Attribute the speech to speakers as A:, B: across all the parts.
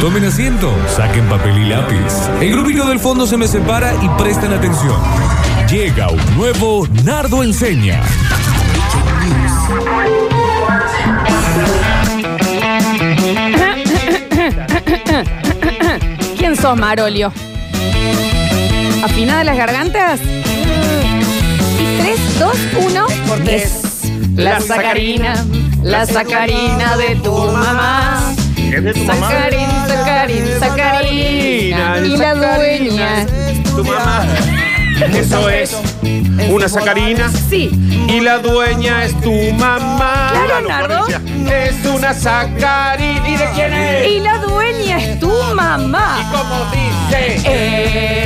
A: Tomen asiento, saquen papel y lápiz. El grupito del fondo se me separa y prestan atención. Llega un nuevo Nardo Enseña.
B: ¿Quién sos, Marolio? ¿Afinada las gargantas? 3, 2, 1. La sacarina, la sacarina de tu mamá.
C: Es de tu mamá.
B: Sacarín, sacarín, sacarina. Y la dueña.
C: Tu mamá. Eso es una sacarina.
B: Sí,
C: Y la dueña es tu mamá.
B: Claro, Nardo.
C: Es una sacarina. ¿Y de quién es?
B: y la dueña es tu mamá.
C: como dice.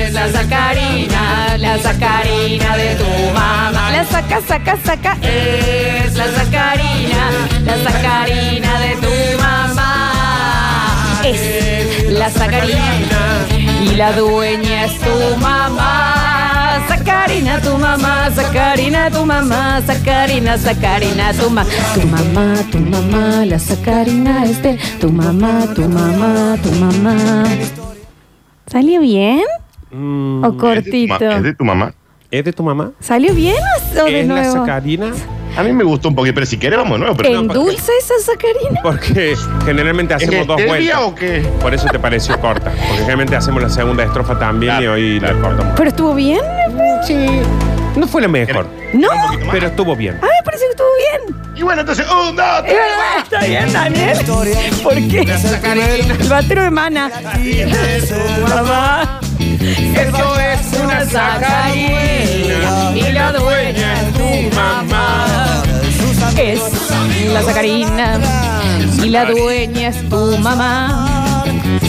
B: Es la sacarina, la sacarina de tu mamá. La saca, saca, saca. Es la sacarina, la sacarina de tu mamá. Es la sacarina. Y la dueña es tu mamá. Sacarina, tu mamá, sacarina, tu mamá, sacarina, sacarina, tu mamá. Tu mamá, tu mamá, la sacarina es de tu mamá, tu mamá, tu mamá. ¿Salió bien? ¿O cortito?
D: ¿Es de tu mamá?
C: ¿Es de tu mamá?
B: ¿Salió bien o- o de
C: ¿Es la
B: nuevo?
C: sacarina?
D: A mí me gustó un poquito, pero si querés vamos de nuevo. Pero
C: no, porque-
B: ¿Endulza esa sacarina?
C: Porque generalmente
D: ¿Es
C: hacemos dos
D: stevia
C: vueltas.
D: o qué?
C: Por eso te pareció corta. Porque generalmente hacemos la segunda estrofa también y
D: Claro,
C: hoy la
D: claro.
C: cortamos.
B: ¿Pero estuvo bien?
C: Sí. No fue la mejor,
B: ¿No?
C: pero estuvo bien.
B: Ah, me parece que estuvo bien.
D: Y bueno, entonces, un, dos,
B: Es
D: tres.
B: verdad, está bien, Daniel. ¿Por qué? El batero de mana. Mamá.
C: Eso es una sacarina.
B: Y la dueña es tu mamá. Es la sacarina. Y la dueña es tu mamá.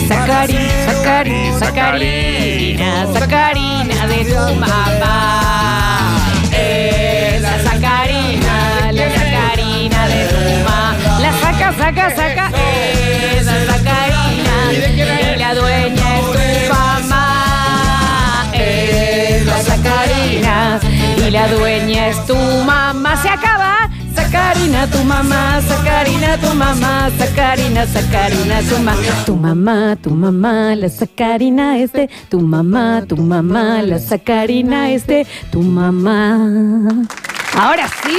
B: Sacarina, sacarina, sacarina, sacarina de tu mamá. Es la sacarina, la sacarina de tu mamá. La saca, saca, saca. Es la sacarina. Y la dueña es tu mamá. Es la sacarina. Y la dueña es tu mamá. Se acaba. Sacarina, tu mamá, Sacarina, tu mamá, Sacarina, Sacarina, tu mamá. Tu mamá, tu mamá, la Sacarina es de tu mamá, tu mamá, la Sacarina es de tu mamá. Ahora sí.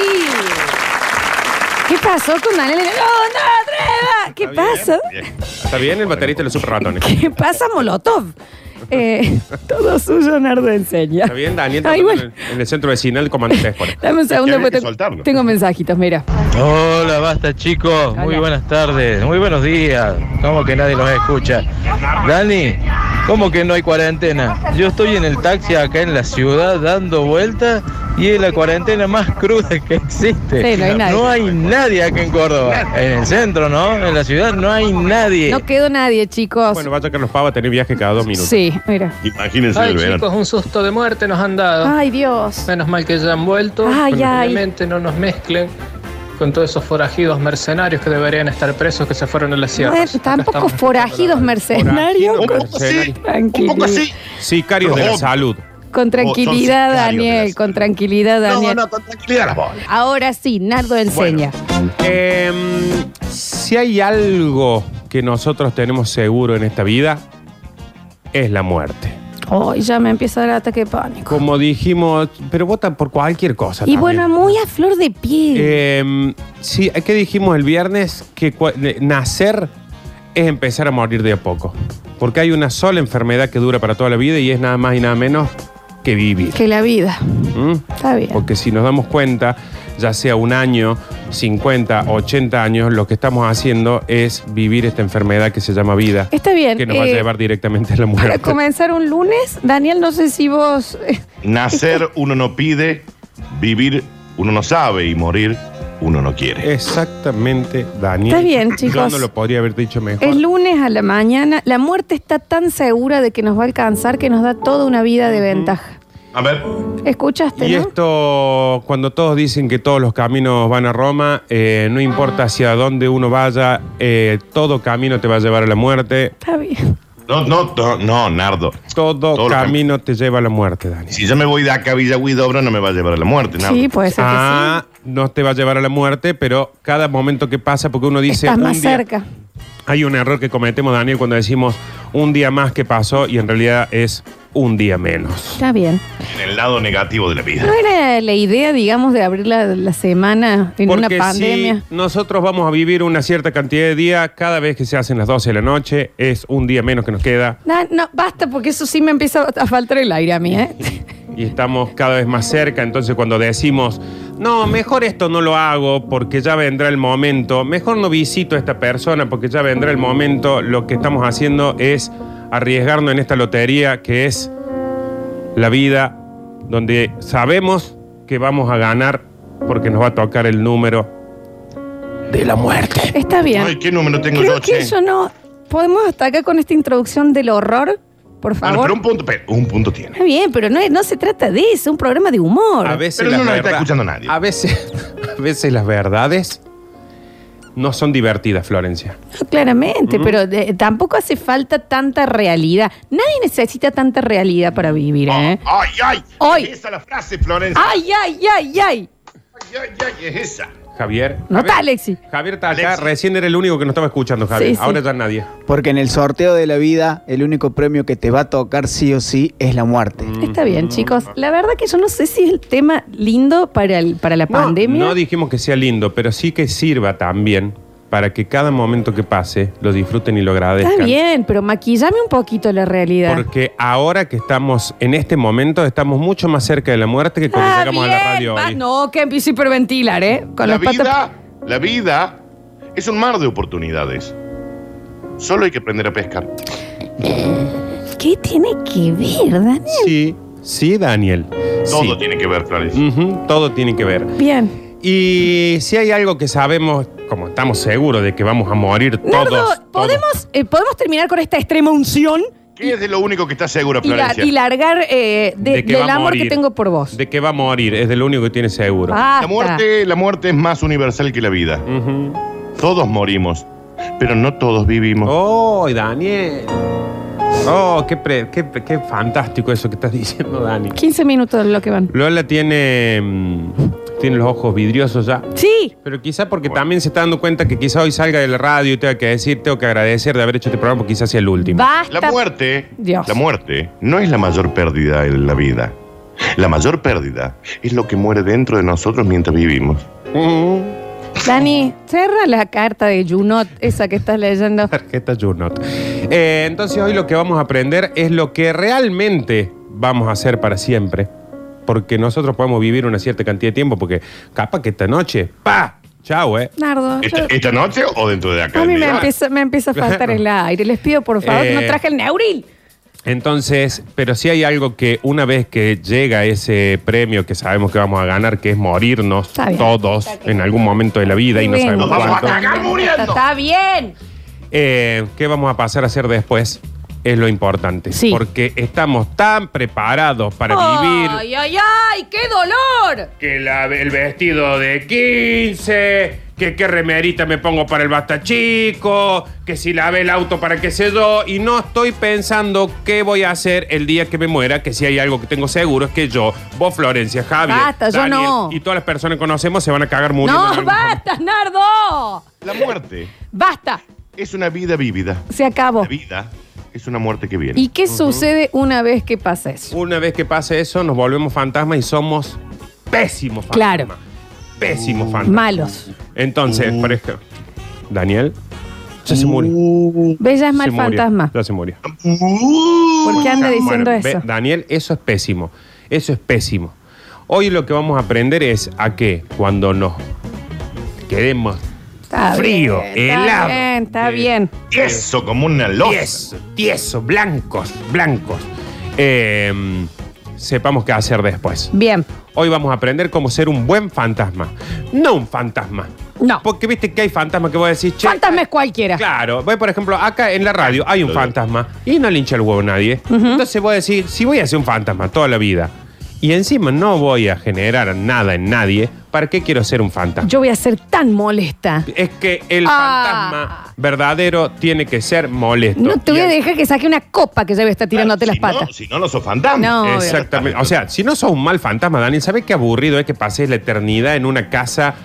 B: ¿Qué pasó con Daniel? ¡No, no, Treva! ¿Qué
C: Está bien,
B: pasó?
C: bien. Está bien el baterista de los super ratones.
B: ¿Qué pasa, Molotov? Eh, todo suyo, Nardo enseña.
C: Está bien, Daniel.
B: Ay,
C: tocando
B: bueno.
C: en el- En el centro vecinal, el comandante de escuela.
B: Dame un segundo,
D: había
B: porque
D: que
B: tengo-
D: soltarlo.
B: tengo mensajitos, mira.
E: Hola, basta chicos. Muy
B: Hola.
E: buenas tardes. Muy buenos días. ¿Cómo que nadie los escucha? Dani, ¿cómo que no hay cuarentena? Yo estoy en el taxi acá en la ciudad dando vueltas y es la cuarentena más cruda que existe.
B: Sí, no hay nadie.
E: hay nadie acá en Córdoba. En el centro, ¿no? En la ciudad no hay nadie.
B: No quedó nadie, chicos.
C: Bueno, vaya Carlos Pau va a tener viaje cada dos minutos.
B: sí, mira.
D: Imagínense
F: Ay,
D: el verano.
F: chicos, un susto de muerte nos han dado.
B: Ay, Dios.
F: Menos mal que ya han vuelto.
B: Ah. Ay, ay.
F: Obviamente no nos mezclen con todos esos forajidos mercenarios que deberían estar presos que se fueron a la sierra.
B: Bueno, tampoco forajidos mercenarios.
C: Forajidos.
D: Un poco así. Un
B: Tranquilidad.
D: poco así.
C: Sicarios de la
D: Oh.
C: salud.
B: Con tranquilidad,
D: Oh, son
B: Daniel.
D: sicarios,
B: Con tranquilidad,
D: No,
B: Daniel.
D: no, con tranquilidad las bolas.
B: Ahora sí, Nardo enseña.
C: Eh, si hay algo que nosotros tenemos seguro en esta vida, es la muerte.
B: Hoy ya me empieza a dar ataque de pánico.
C: Como dijimos, pero vota por cualquier cosa.
B: Y
C: también.
B: bueno, muy a flor de piel.
C: Eh, sí, ¿qué dijimos el viernes? Que cua- de- nacer es empezar a morir de a poco. Porque hay una sola enfermedad que dura para toda la vida y es nada más y nada menos que vivir.
B: que la vida.
C: ¿Mm?
B: Está bien.
C: Porque si nos damos cuenta, ya sea un año, 50, 80 años, lo que estamos haciendo es vivir esta enfermedad que se llama vida,
B: Está bien.
C: que nos va a
B: eh,
C: llevar directamente a la
B: para
C: muerte.
B: comenzar un lunes, Daniel, no sé si vos.
D: Nacer uno no pide, vivir uno no sabe y morir uno no quiere.
C: Exactamente, Daniel.
B: Está bien,
C: Yo
B: chicos.
C: no lo podría haber dicho mejor.
B: Es lunes a la mañana. La muerte está tan segura de que nos va a alcanzar que nos da toda una vida de ventaja.
D: A ver,
B: ¿Escuchaste,
C: Y
B: no?
C: esto, cuando todos dicen que todos los caminos van a Roma, eh, no importa hacia dónde uno vaya, eh, todo camino te va a llevar a la muerte.
B: Está bien.
D: No, no, no, no, Nardo.
C: Todo,
D: Todo lo
C: camino te lleva a la muerte, Dani.
D: Si yo me voy de acá a Villa Huidobro, no me va a llevar a la muerte, Nardo.
B: Sí, puede ser
C: Ah, no te va a llevar a la muerte, pero cada momento que pasa, porque uno
B: que sí.
C: dice.
B: Estás
C: un
B: más
C: día-
B: cerca.
C: Hay un error que cometemos, Daniel, cuando decimos un día más que pasó y en realidad es un día menos.
B: Está bien.
D: En el lado negativo de la vida.
B: ¿No era la idea, digamos, de abrir la, la semana en una
C: Porque
B: pandemia?
C: si nosotros vamos a vivir una cierta cantidad de días, cada vez que se hacen las 12 de la noche, es un día menos que nos queda
B: No, no, basta, porque eso sí me empieza a faltar el aire a mí, ¿eh?
C: y estamos cada vez más cerca. Entonces, cuando decimos, no, mejor esto no lo hago porque ya vendrá el momento, mejor no visito a esta persona porque ya vendrá el momento, lo que estamos haciendo es arriesgarnos en esta lotería que es la vida, donde sabemos que vamos a ganar porque nos va a tocar el número de la muerte.
B: Está bien.
D: Ay, ¿qué número tengo
B: Creo
D: yo,
B: que
D: che?
B: eso no. ¿Podemos atacar con esta introducción del horror? Por
D: Bueno,
B: favor.
D: Ah, pero un punto, pero un punto tiene.
B: Está bien, pero no, es- no se trata de eso, es un programa de humor.
C: A veces
D: Pero no
C: las
D: nos está
C: verdad-
D: escuchando nadie.
C: A veces, a veces las verdades no son divertidas, Florencia.
B: No, claramente, pero eh, tampoco hace falta tanta realidad. Nadie necesita tanta realidad para vivir, ¿eh?
D: Ay, ay,
B: Ay.
D: Esa es la frase, Florencia.
B: ¡Ay, ay, ay, ay!
D: Ay, ay, ay, es esa.
C: Javier.
B: No
C: Javier-
B: está Alexi.
C: Javier está acá.
D: Alexi.
C: Recién era el único que no estaba escuchando, Javier.
B: Sí, sí.
C: Ahora ya nadie.
G: Porque en el sorteo de la vida, el único premio que te va a tocar sí o sí es la muerte.
C: Mm,
B: Está bien, chicos. La verdad que yo no sé si es el tema lindo para, el, para la
C: No,
B: pandemia.
C: No dijimos que sea lindo, pero sí que sirva también para que cada momento que pase lo disfruten y lo agradezcan.
B: está bien, pero maquillame un poquito la realidad.
C: Porque ahora que estamos en este momento, estamos mucho más cerca de la muerte que cuando
B: Está
C: llegamos a la
B: bien,
C: radio
B: va-
C: hoy.
B: No, que empiezo a hiperventilar, ¿eh? Con
D: la
B: las
D: vida,
B: patas.
D: la vida es un mar de oportunidades. Solo hay que aprender a pescar.
B: ¿Qué tiene que ver, Dani?
C: Sí, sí, Daniel.
D: Todo
C: Sí.
D: tiene que ver,
B: Mm.
D: Florencia.
C: Ujú, todo tiene que ver.
B: Bien.
C: Y si hay algo que sabemos, como estamos seguros de que vamos a morir todos.
B: Nardo,
C: todos.
B: ¿podemos, eh, ¿podemos terminar con esta extrema unción?
D: ¿Qué es de lo único que está seguro,
B: Y, la-
D: Florencia?
B: y largar eh, de-
C: De que
B: del
C: va a
B: amor que
C: morir.
B: tengo por vos. Ah,
C: De que va a morir, es de lo único que tiene seguro.
B: Basta.
D: La muerte, la muerte es más universal que la vida.
C: Ujú.
D: Todos morimos, pero no todos vivimos.
C: ¡Oh, Daniel! ¡Oh, qué, pre- qué, qué fantástico eso que estás diciendo, Dani!
B: 15 minutos de lo que van.
C: Lola tiene, mm, tiene los ojos vidriosos ya.
B: Sí.
C: Pero quizá porque también se está dando cuenta que quizá hoy salga de la radio y tenga que decir, tengo que agradecer de haber hecho este programa, porque quizás sea el último.
B: Basta.
D: La muerte,
B: Dios.
D: la muerte no es la mayor pérdida en la vida. La mayor pérdida es lo que muere dentro de nosotros mientras vivimos.
C: Mm.
B: Dani, cierra la carta de Junot, esa que estás leyendo.
C: Tarjeta Jurnot. Eh, entonces hoy lo que vamos a aprender es lo que realmente vamos a hacer para siempre. Porque nosotros podemos vivir una cierta cantidad de tiempo, porque capaz que esta noche, ¡pa! ¡Chao, eh!
B: Nardo, yo-
D: ¿Esta, esta noche o dentro de acá?
B: a mí me
D: Mira,
B: empieza, me empieza a faltar el aire. Les pido, por favor, que no
C: Eh.
B: traje el neuril.
C: Entonces, pero si hay algo que una vez que llega ese premio que sabemos que vamos a ganar, que es morirnos
B: Está bien.
C: todos en algún momento de la vida y no
B: Ven,
C: sabemos
D: Nos vamos a
C: cuánto,
B: Dani,
D: cagar muriendo.
B: Está bien.
C: eh, ¿qué vamos a pasar a hacer después? Es lo importante.
B: Sí.
C: Porque estamos tan preparados para vivir
B: ¡Ay, ay, ay! ¡Qué dolor!
C: que la- el vestido de 15, que qué remerita me pongo para el basta chico, que si lavé el auto para qué sé yo, y no estoy pensando qué voy a hacer el día que me muera, que si hay algo que tengo seguro es que yo, vos Florencia, Javier,
B: Basta, yo no.
C: y todas las personas que conocemos se van a cagar muriendo. en
B: ¡No,
C: algún
B: basta, Nardo!
D: La muerte
B: ¡Basta!
D: es una vida vivida.
B: Se acabó.
D: La vida es una muerte que viene.
B: Oh. ¿Y qué sucede una vez que pasa eso?
C: Una vez que pase eso, nos volvemos fantasmas y somos pésimos fantasmas.
B: Claro.
C: Pésimos fantasmas.
B: Malos.
C: Entonces, por ejemplo, Daniel, ya se murió.
B: Bella es Uh. mal
C: Se murió.
B: fantasma.
C: Ya se murió.
B: ¿Por qué anda diciendo
C: Bueno, ve-
B: eso?
C: Daniel, eso es pésimo. Eso es pésimo. Hoy lo que vamos a aprender es a que cuando nos quedemos
B: Está
C: frío,
B: bien, Está
C: helado.
B: bien, está
C: Eh,
B: bien.
D: Eso como una losa.
C: tiesos, tiesos, blancos, blancos, eh, sepamos qué hacer después.
B: Bien.
C: Hoy vamos a aprender cómo ser un buen fantasma. No un fantasma.
B: No.
C: Porque viste que hay fantasmas que vos decís, che. eh,
B: Fantasma es cualquiera.
C: Claro, voy por ejemplo, acá en la radio hay un fantasma y no le hincha el huevo a nadie. Entonces voy a decir, si voy a ser un fantasma toda la vida Y encima no voy a generar nada en nadie. ¿Para qué quiero ser un fantasma?
B: Yo voy a ser tan molesta.
C: Es que el
B: Ah.
C: fantasma verdadero tiene que ser molesto.
B: No te voy
C: Y
B: a
C: al-
B: dejar que saque una copa que ya voy a estar tirándote
D: Claro,
B: las
D: si no-
B: patas.
D: si no, no sos fantasma.
B: No, obvio.
C: Exactamente. O sea, si no sos un mal fantasma, Daniel, ¿sabes qué aburrido es que pases la eternidad en una casa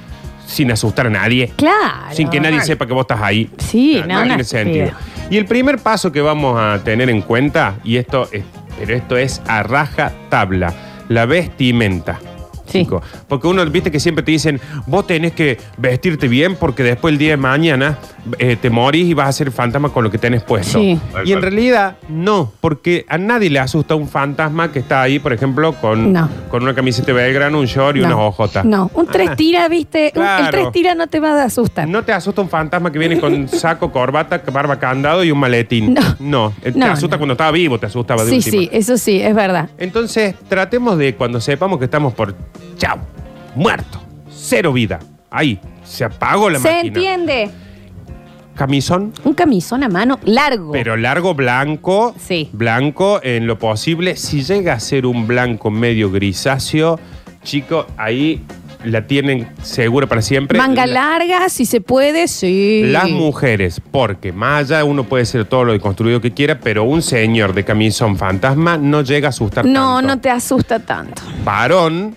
C: sin asustar a nadie?
B: Claro.
C: Sin que nadie sepa que vos estás ahí.
B: Sí, no,
C: no, tiene
B: una
C: sentido.
B: estupidez.
C: Y el primer paso que vamos a tener en cuenta, y esto es, pero esto es a raja tabla, la vestimenta.
B: Sí.
C: chico. Porque uno, viste que siempre te dicen, vos tenés que vestirte bien porque después el día de mañana eh, te morís y vas a ser fantasma con lo que tenés puesto.
B: Sí.
D: Tal
C: Y en
D: cual.
C: realidad no, porque a nadie le asusta un fantasma que está ahí, por ejemplo, con,
B: No.
C: con una camiseta de Belgrano, un short y unas
B: No,
C: ojotas.
B: No, un tres
C: Ah.
B: tira, viste. Un- el
C: Claro.
B: tres tira no te va a asustar.
C: No te asusta un fantasma que viene con saco, corbata, barba candado y un maletín.
B: No.
C: eh, te
B: No,
C: asusta
B: no.
C: cuando estaba vivo, te asustaba de
B: sí,
C: última.
B: sí, eso sí, es verdad.
C: Entonces, tratemos de cuando sepamos que estamos por chao, muerto, cero vida. Ahí, se apagó la
B: ¿Se
C: máquina.
B: entiende?
C: Camisón,
B: Un camisón a mano largo.
C: pero largo, blanco.
B: Sí.
C: Blanco en lo posible. Si llega a ser un blanco medio grisáceo, chico, ahí la tienen segura para siempre.
B: Manga
C: La-
B: larga, si se puede, sí.
C: Las mujeres, porque más allá uno puede ser todo lo deconstruido que quiera, pero un señor de camisón fantasma no llega a asustar
B: No,
C: tanto.
B: no te asusta tanto.
C: Varón,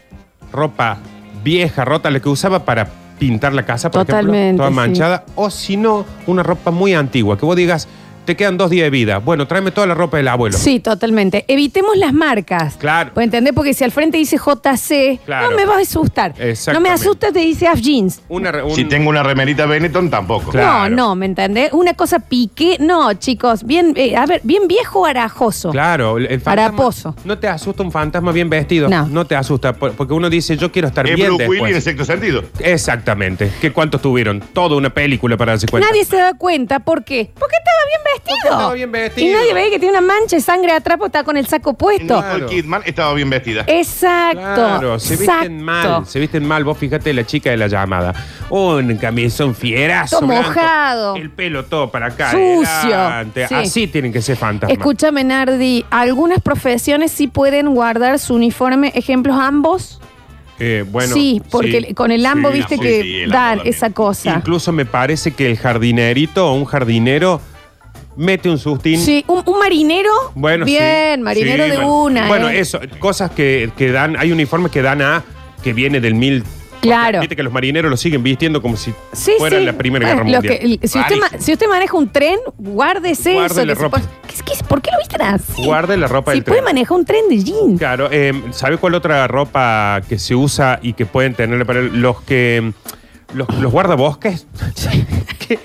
C: ropa vieja, rota, la que usaba para pintar la casa, por
B: Totalmente,
C: ejemplo, toda
B: sí.
C: manchada, o si no, una ropa muy antigua, que vos digas, te quedan dos días de vida, bueno, tráeme toda la ropa del abuelo.
B: Sí, totalmente. Evitemos las marcas.
C: Claro.
B: ¿Puedes entender? Porque si al frente dice JC,
C: Claro.
B: no me vas a asustar. No me
C: Exactamente.
B: asusta, te dice Af Jeans.
C: Una re- un-
D: Si tengo una remerita Benetton, tampoco.
C: Claro.
B: No, no, ¿me entendés? Una cosa pique. No, chicos, bien, eh, a ver, bien viejo arajoso.
C: Claro, el el fantasma.
B: Haraposo.
C: No te asusta un fantasma bien vestido.
B: No.
C: te asusta, por- porque uno dice, yo quiero estar
D: Es
C: bien
D: Bruce Willis en el
C: después.
D: sexto sentido.
C: Exactamente. ¿Qué cuántos tuvieron? Toda una película para darse cuenta.
B: Nadie se da cuenta, ¿por qué? Porque estaba bien vestido.
C: Porque estaba bien vestido.
B: Y nadie ve que tiene una mancha de sangre atrás porque está con el saco puesto.
D: Nicole Kidman estaba bien vestida.
B: Eh. Exacto.
C: Claro, se visten
B: exacto.
C: mal, se visten mal. Vos fíjate la chica de la llamada. Un camisón fierazo.
B: Todo
C: blanco,
B: mojado.
C: El pelo todo para acá.
B: Sucio,
C: adelante.
B: sí.
C: Así tienen que ser fantasmas.
B: Escúchame, Nardi, algunas profesiones sí pueden guardar su uniforme, ejemplos ambos.
C: Eh, bueno,
B: sí, porque
C: sí,
B: con el ambo,
C: sí.
B: viste
D: sí,
B: que
D: sí, el ambo
B: dan
D: también.
B: esa cosa.
C: Incluso me parece que el jardinerito o un jardinero mete un sustín.
B: Sí, un, un marinero.
C: Bueno,
B: Bien,
C: sí.
B: marinero
C: Sí,
B: de
C: bueno.
B: una.
C: Bueno,
B: eh.
C: eso, cosas que, que dan, hay uniformes que dan a que viene del mil.
B: Claro.
C: Viste que los marineros lo siguen vistiendo como si
B: Sí,
C: fuera
B: sí.
C: la Primera
B: Bueno,
C: Guerra
B: lo
C: Mundial.
B: que- el- si, usted ma-
C: Rarísimo.
B: si usted maneja un tren, guárdese
C: Guarde
B: eso.
C: la
B: que se
C: ropa.
B: pone- ¿Qué- qué- ¿Por qué lo viste así?
C: Guarde la ropa
B: Si
C: del
B: puede
C: tren.
B: manejar un tren de jean.
C: Claro, eh, ¿sabe cuál otra ropa que se usa y que pueden tener para los que em, los, los guardabosques? Que-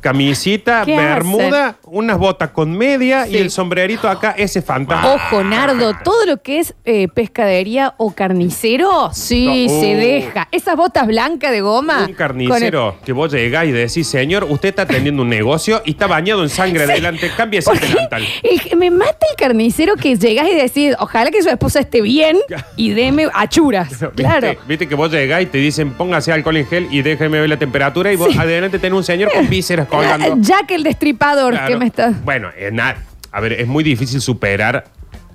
C: Camisita,
B: ¿Qué hacen?
C: bermuda, unas botas con media y el sombrerito acá, ese fantasma.
B: Ojo, Nardo, todo lo que es eh, pescadería o carnicero, sí,
C: No,
B: se
C: uh.
B: deja. Esas botas blancas de goma.
C: Un carnicero que vos llegás y decís, señor, usted está atendiendo un negocio y está bañado en sangre adelante, cambie ese
B: Con el-
C: delantal.
B: Porque el- me mata el carnicero que llegas y decís, ojalá que su esposa esté bien y deme achuras.
C: ¿Viste?
B: Claro.
C: Viste que vos llegás y te dicen, póngase alcohol en gel y déjeme ver la temperatura y vos adelante tenés un señor con vísceras colgando.
B: Jack el destripador
C: Claro.
B: que me está.
C: Bueno, eh, na- a ver, es muy difícil superar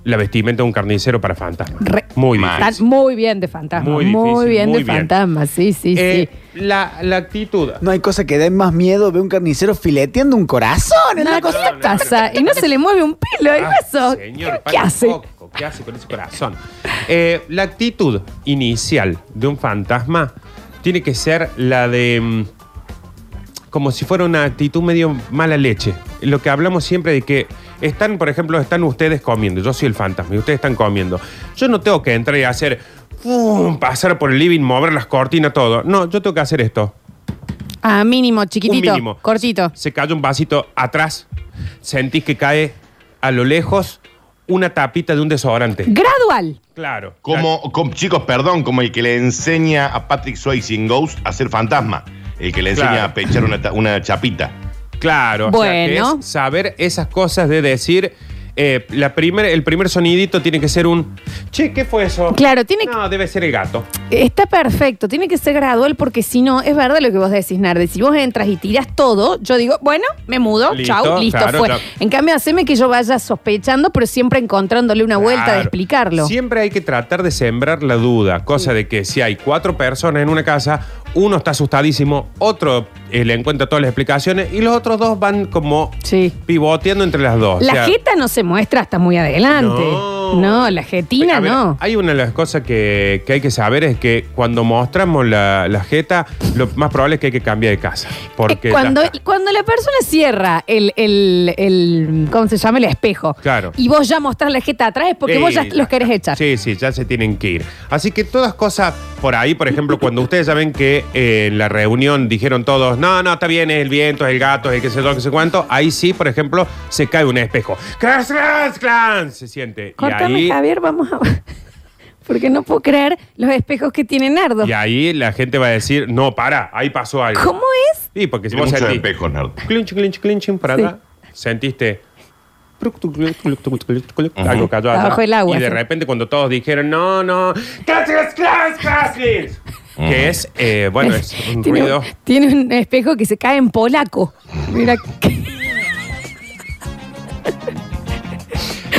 C: la vestimenta de un carnicero para fantasma.
B: Re-
C: muy
B: Están
C: difícil.
B: muy bien de fantasma. Muy,
C: Muy difícil,
B: bien
C: muy
B: de
C: bien.
B: fantasma, sí, sí,
C: Eh,
B: sí.
C: la, la actitud.
G: No hay cosa que dé más miedo ver un carnicero fileteando un corazón. Es
B: No,
G: la
B: ¿Qué
G: cosa-
B: le pasa? Y no se le mueve un pelo el
C: Ah,
B: brazo.
C: señor,
B: ¿Qué
C: pare un
B: hace?
C: poco, ¿Qué hace con ese corazón? Eh, la actitud inicial de un fantasma tiene que ser la de. mm, como si fuera una actitud medio mala leche. Lo que hablamos siempre de que están, por ejemplo, están ustedes comiendo. Yo soy el fantasma y ustedes están comiendo. Yo no tengo que entrar y hacer. ¡fum! pasar por el living, mover las cortinas, todo. No, yo tengo que hacer esto.
B: Ah, mínimo, chiquitito.
C: Un mínimo.
B: Cortito.
C: Se cae un vasito atrás, sentís que cae a lo lejos una tapita de un desodorante.
B: Gradual.
C: Claro.
D: Como, com- chicos, perdón, como el que le enseña a Patrick Swayze en Ghost a ser fantasma. El que le enseña
C: Claro.
D: a pechar una, ta- una chapita.
C: Claro. o sea, que
B: Bueno.
C: es saber esas cosas de decir, eh, la primer- el primer sonidito tiene que ser un. Che, ¿qué fue eso?
B: Claro, tiene
C: No, debe ser el gato.
B: Está perfecto, tiene que ser gradual porque si no, es verdad lo que vos decís, Nardi. Si vos entras y tiras todo, yo digo, bueno, me mudo,
C: Listo,
B: chau, listo,
C: claro,
B: fue.
C: claro.
B: En cambio, haceme que yo vaya sospechando, pero siempre encontrándole una vuelta de
C: Claro.
B: explicarlo.
C: Siempre hay que tratar de sembrar la duda, cosa de que si hay cuatro personas en una casa, uno está asustadísimo, otro eh, le encuentra todas las explicaciones y los otros dos van como
B: Sí.
C: pivoteando entre las dos. O
B: la
C: sea,
B: jeta no se muestra hasta muy adelante. No,
C: No.
B: la jetina
C: a ver,
B: no.
C: Hay una de las cosas que, que hay que saber es que cuando mostramos la, la jeta, lo más probable es que hay que cambiar de casa. Porque
B: Eh, cuando,
C: ya está.
B: cuando la persona cierra el, el, el- ¿cómo se llama? El espejo.
C: Claro.
B: Y vos ya mostrás la jeta atrás es porque
C: Sí,
B: vos ya
C: ya
B: los querés
C: está.
B: echar.
C: Sí, sí, ya se tienen que ir. Así que todas cosas por ahí, por ejemplo, cuando ustedes saben que eh, en la reunión dijeron todos, no, no, está bien, es el viento, es el gato, es el que se lo que se cuánto, ahí sí, por ejemplo, se cae un espejo. ¡Clans, clans, clans! Se siente.
B: Cortame,
C: y ahí,
B: Javier, vamos a. Porque no puedo creer los espejos que tiene Nardo.
C: y ahí la gente va a decir, no, para, ahí pasó algo.
B: ¿Cómo es?
C: Sí, porque si
D: Tiene
C: vos
D: muchos
C: sentís,
D: espejos, Nardo.
C: clinch, clinch, clinch, para
B: Sí.
C: acá, sentiste... Algo cayó allá.
B: Abajo del agua,
C: Y de
B: sí.
C: repente cuando todos dijeron, no, no, clases, clases, clases. Que es, eh, bueno, es un
B: Tiene,
C: ruido.
B: un- tiene un espejo que se cae en polaco. Mira, que-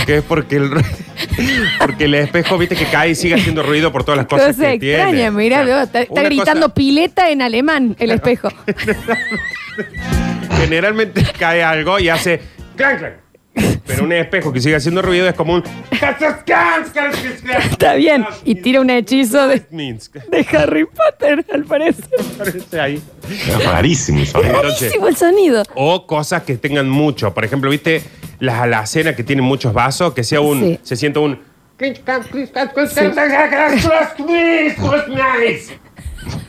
C: Que es porque el, ru- porque el espejo, viste, que cae y sigue haciendo ruido por todas las cosas
B: cosa
C: que tiene.
B: extraña. Mira,
C: O sea,
B: veo, está, está
C: una
B: gritando
C: cosa-
B: pileta en alemán el espejo.
C: generalmente cae algo y hace clan, clan. Pero un espejo que sigue haciendo ruido es como un. Está
B: Está bien. Y tira un hechizo de, de Harry Potter, al parecer.
C: Ahí.
D: Es rarísimo el sonido.
C: Entonces-
B: Buenísimo el sonido.
C: O cosas que tengan mucho. Por ejemplo, viste las alacenas que tienen muchos vasos, que sea un.
B: Sí.
C: Se sienta un.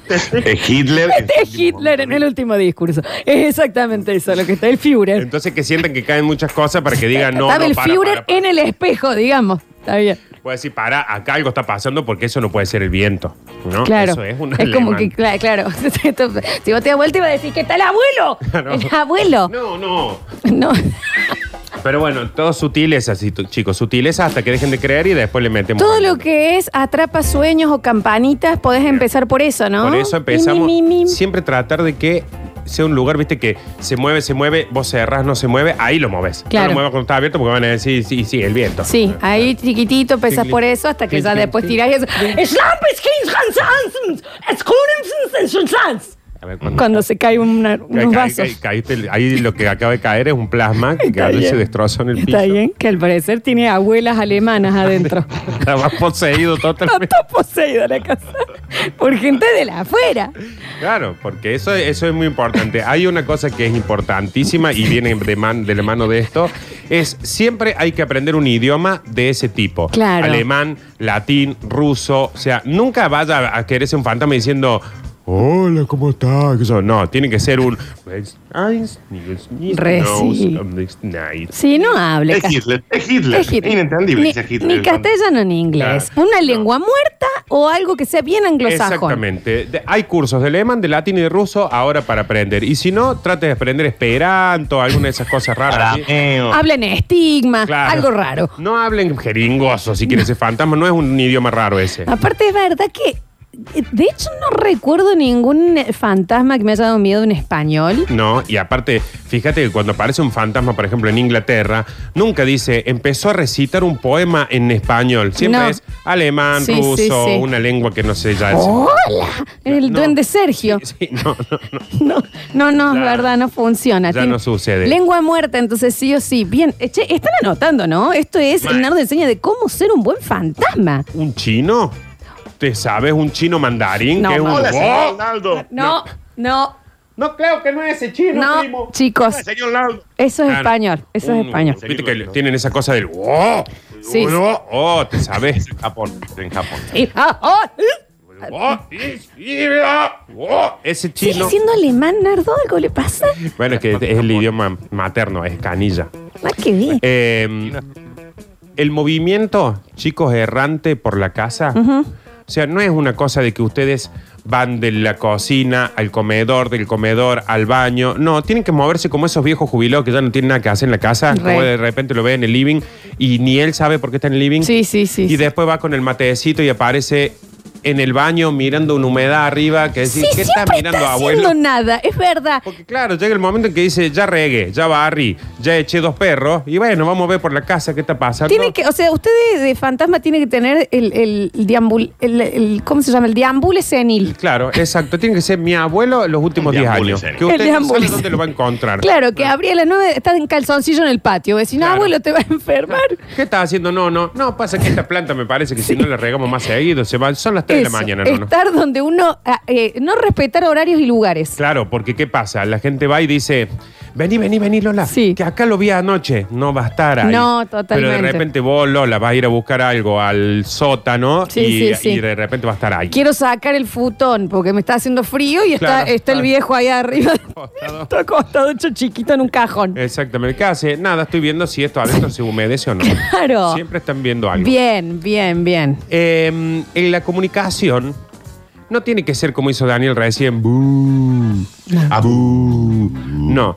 D: Es Hitler.
B: Este es Hitler en el último discurso. Es exactamente eso, lo que está el Führer.
C: Entonces que sientan que caen muchas cosas para que digan no.
B: Estaba
C: no,
B: el
C: para,
B: Führer
C: para, para".
B: en el espejo, digamos. Está bien.
C: Puede decir, para, acá algo está pasando porque eso no puede ser el viento. ¿no?
B: Claro.
C: Eso es un
B: como
C: alemán.
B: que, cla- claro, si vos te das vuelta y vas a decir que está el abuelo.
C: Claro.
B: El abuelo.
C: No, no.
B: No.
C: Pero bueno, todo sutileza, sí, tu- chicos, sutileza hasta que dejen de creer y después le metemos.
B: Todo lo que es atrapa sueños o campanitas, podés empezar por eso, ¿no?
C: Por eso empezamos.
B: Ah, Mi, mi, mi, mi.
C: Siempre tratar de que sea un lugar, viste, que se mueve, se mueve, vos cerrás, no se mueve, ahí lo mueves.
B: Claro.
C: No lo muevas cuando está abierto porque van a decir, sí, sí, el viento.
B: Sí, ahí chiquitito empezás
C: Sí,
B: por
C: sí.
B: eso hasta que
C: Sí,
B: ya
C: sí,
B: después
C: sí.
B: tirás y eso.
C: A ver, cuando-
B: Cuando se cae una- unos
C: ca- ca-
B: vasos.
C: ca- caíste el- ahí lo que acaba de caer es un plasma que
B: Está
C: cayó y
B: bien.
C: se destrozó en el piso.
B: Está bien, que al parecer tiene abuelas alemanas adentro.
C: Estaba poseído
B: Está
C: totalmente.
B: todo poseído la casa. Por gente de la afuera.
C: Claro, porque eso, eso es muy importante. Hay una cosa que es importantísima y viene de, man- de la mano de esto, es siempre hay que aprender un idioma de ese tipo.
B: Claro.
C: Alemán, latín, ruso. O sea, nunca vaya a quererse un fantasma diciendo... Hola, ¿cómo estás? Eso, No, tiene que ser un...
B: Re, sí. Sí, no hable.
D: Es
B: cas-
D: Hitler. Es Hitler.
B: Es Hitler.
D: Inentendible
B: Ni,
D: dice Hitler.
B: ni castellano ni inglés.
C: Claro.
B: Una lengua muerta o algo que sea bien anglosajón.
C: Exactamente. De- hay cursos de alemán, de latín y de ruso ahora para aprender. Y si no, trate de aprender esperanto, alguna de esas cosas raras. ¿sí?
D: Arameo.
B: Hablen estigma,
C: Claro.
B: algo raro.
C: No hablen jeringoso si quieres ser fantasma, no es un idioma raro ese.
B: Aparte, es verdad que. eh, De hecho, no recuerdo ningún eh, fantasma que me haya dado miedo en español.
C: No, y aparte, fíjate que cuando aparece un fantasma, por ejemplo, en Inglaterra, nunca dice, empezó a recitar un poema en español. Siempre
B: No.
C: es alemán,
B: Sí,
C: ruso,
B: sí, sí. ¿Oh?
C: una lengua que no sé ya. es-
B: ¡Hola! El
C: No.
B: duende Sergio.
C: Sí, no, no, no.
B: No, no, no, es
C: Ya.
B: verdad, no funciona.
C: Ya
B: Tiene-
C: no sucede.
B: Lengua muerta, entonces sí o sí. Bien, eh, che, están anotando, ¿no? Esto es el
C: Mal.
B: Nardo enseña de cómo ser un buen fantasma.
C: ¿Un chino? ¿Te sabes un chino mandarín?
B: No,
C: que es un...
D: Hola,
C: ¡Oh!
D: señor Naldo.
B: No, no,
C: No creo que no es ese
B: no,
C: chino, primo.
B: chicos.
D: Hola, señor Naldo.
B: Eso es
C: Claro.
B: español, eso es
C: Un-
B: español.
C: Viste que tienen esa cosa del... ¡Oh!
B: Sí.
C: ¡Oh! oh, te sabes!
D: En Japón. En Japón.
B: Y- ah, ah, uh.
C: Oh, sí, sí, mira. Oh, Ese
B: ¿Sigue
C: chino.
B: siendo alemán, Nardo? ¿Algo le pasa?
C: Bueno, es que es el idioma materno, es canilla.
B: Más que bien.
C: Eh, el movimiento, chicos, errante por la casa. O sea, no es una cosa de que ustedes van de la cocina al comedor, del comedor al baño. No, tienen que moverse como esos viejos jubilados que ya no tienen nada que hacer en la casa,
B: Re.
C: como de repente lo ve en el living y ni él sabe por qué está en el living.
B: Sí, sí, sí.
C: Y
B: sí.
C: después va con el matecito y aparece en el baño mirando una humedad arriba que decís,
B: Sí,
C: ¿qué está
B: siempre
C: mirando
B: está
C: abuelo?
B: haciendo nada, es verdad.
C: Porque claro, llega el momento en que dice, ya regué, ya barrí, ya eché dos perros y bueno, vamos a ver por la casa qué está pasando.
B: Tiene que, o sea, usted de, de fantasma tiene que tener el, el, diambul, el, el- ¿cómo se llama? El deambule senil.
C: Claro, exacto. Tiene que ser mi abuelo los últimos
D: El
C: 10
D: deambule
C: años.
D: senil.
C: Que
B: El
C: usted no sabe
B: deambule
C: dónde lo va a encontrar.
B: Claro, que abría la nueve, estás en calzoncillo en el patio, vecino,
C: Claro.
B: abuelo te va a enfermar.
C: ¿Qué estás haciendo? No, no. No, pasa que esta planta me parece que si no la regamos más seguido, se va. Son las 3 de
B: Eso,
C: la mañana, no, no.
B: Estar donde uno, ah, eh, no respetar horarios y lugares.
C: Claro, porque ¿qué pasa? La gente va y dice, vení, vení, vení, Lola,
B: Sí.
C: que acá lo vi anoche. No va a estar ahí.
B: No, totalmente.
C: Pero de repente vos, Lola, vas a ir a buscar algo al sótano
B: Sí,
C: y,
B: sí, sí.
C: y de repente va a estar ahí.
B: Quiero sacar el futón porque me está haciendo frío y está,
C: Claro,
B: está
C: claro.
B: el viejo ahí arriba.
C: Acostado.
B: Está acostado hecho chiquito en un cajón.
C: Exactamente. ¿Qué hace? Nada, estoy viendo si esto adentro se humedece o no.
B: Claro.
C: Siempre están viendo algo.
B: Bien, bien, bien.
C: Eh, en la comunicación no tiene que ser como hizo Daniel recién. "Bú, abú". No.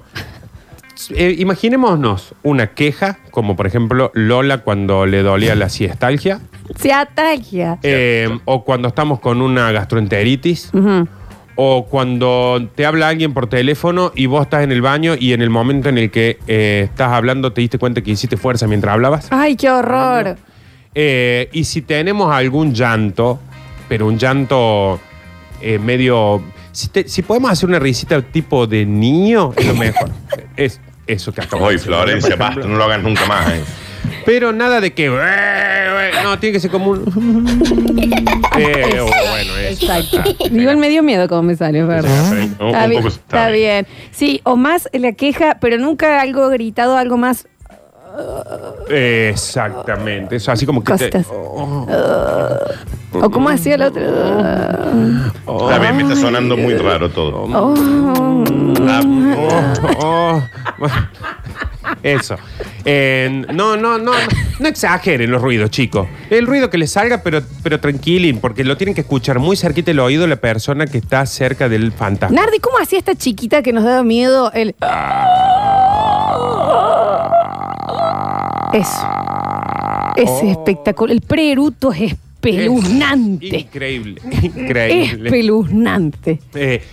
C: Eh, imaginémonos una queja, como por ejemplo Lola cuando le dolía la siestalgia,
B: Se atagia.
C: eh, o cuando estamos con una gastroenteritis,
B: Ujú.
C: o cuando te habla alguien por teléfono y vos estás en el baño y en el momento en el que eh, estás hablando te diste cuenta que hiciste fuerza mientras hablabas.
B: Ay, qué horror.
C: Eh, y si tenemos algún llanto, pero un llanto eh, medio. Si, te- si podemos hacer una risita tipo de niño, es lo mejor. es eso que acabo de
D: Hoy,
C: decir,
D: Florencia,
C: por ejemplo.
D: basta, no lo hagas nunca más. eh.
C: Pero nada de que. No, tiene que ser como un. Eh, o bueno, eso.
B: Exacto.
C: Ah,
B: Igual me dio miedo cómo me salió, es ¿verdad?
D: Sí,
B: Está,
D: un- un
B: bien,
D: poco-
B: está bien. Sí, o más la queja, pero nunca algo gritado, algo más.
C: Exactamente. Eso así como que. te-
B: Costas. O como hacía el otro.
D: Está bien, me está sonando muy raro
B: Oh,
D: todo. Ah, oh.
C: Oh, bueno. Eso. Eh, no, no, no. No exageren los ruidos, chicos. El ruido que les salga, pero, pero tranquilen, porque lo tienen que escuchar muy cerquita el oído la persona que está cerca del fantasma.
B: Nardi, ¿cómo hacía esta chiquita que nos daba miedo el. Eso. Es
C: Oh.
B: espectacular. El preeruto es espeluznante.
C: Increíble, increíble.
B: Espeluznante.
C: Eh,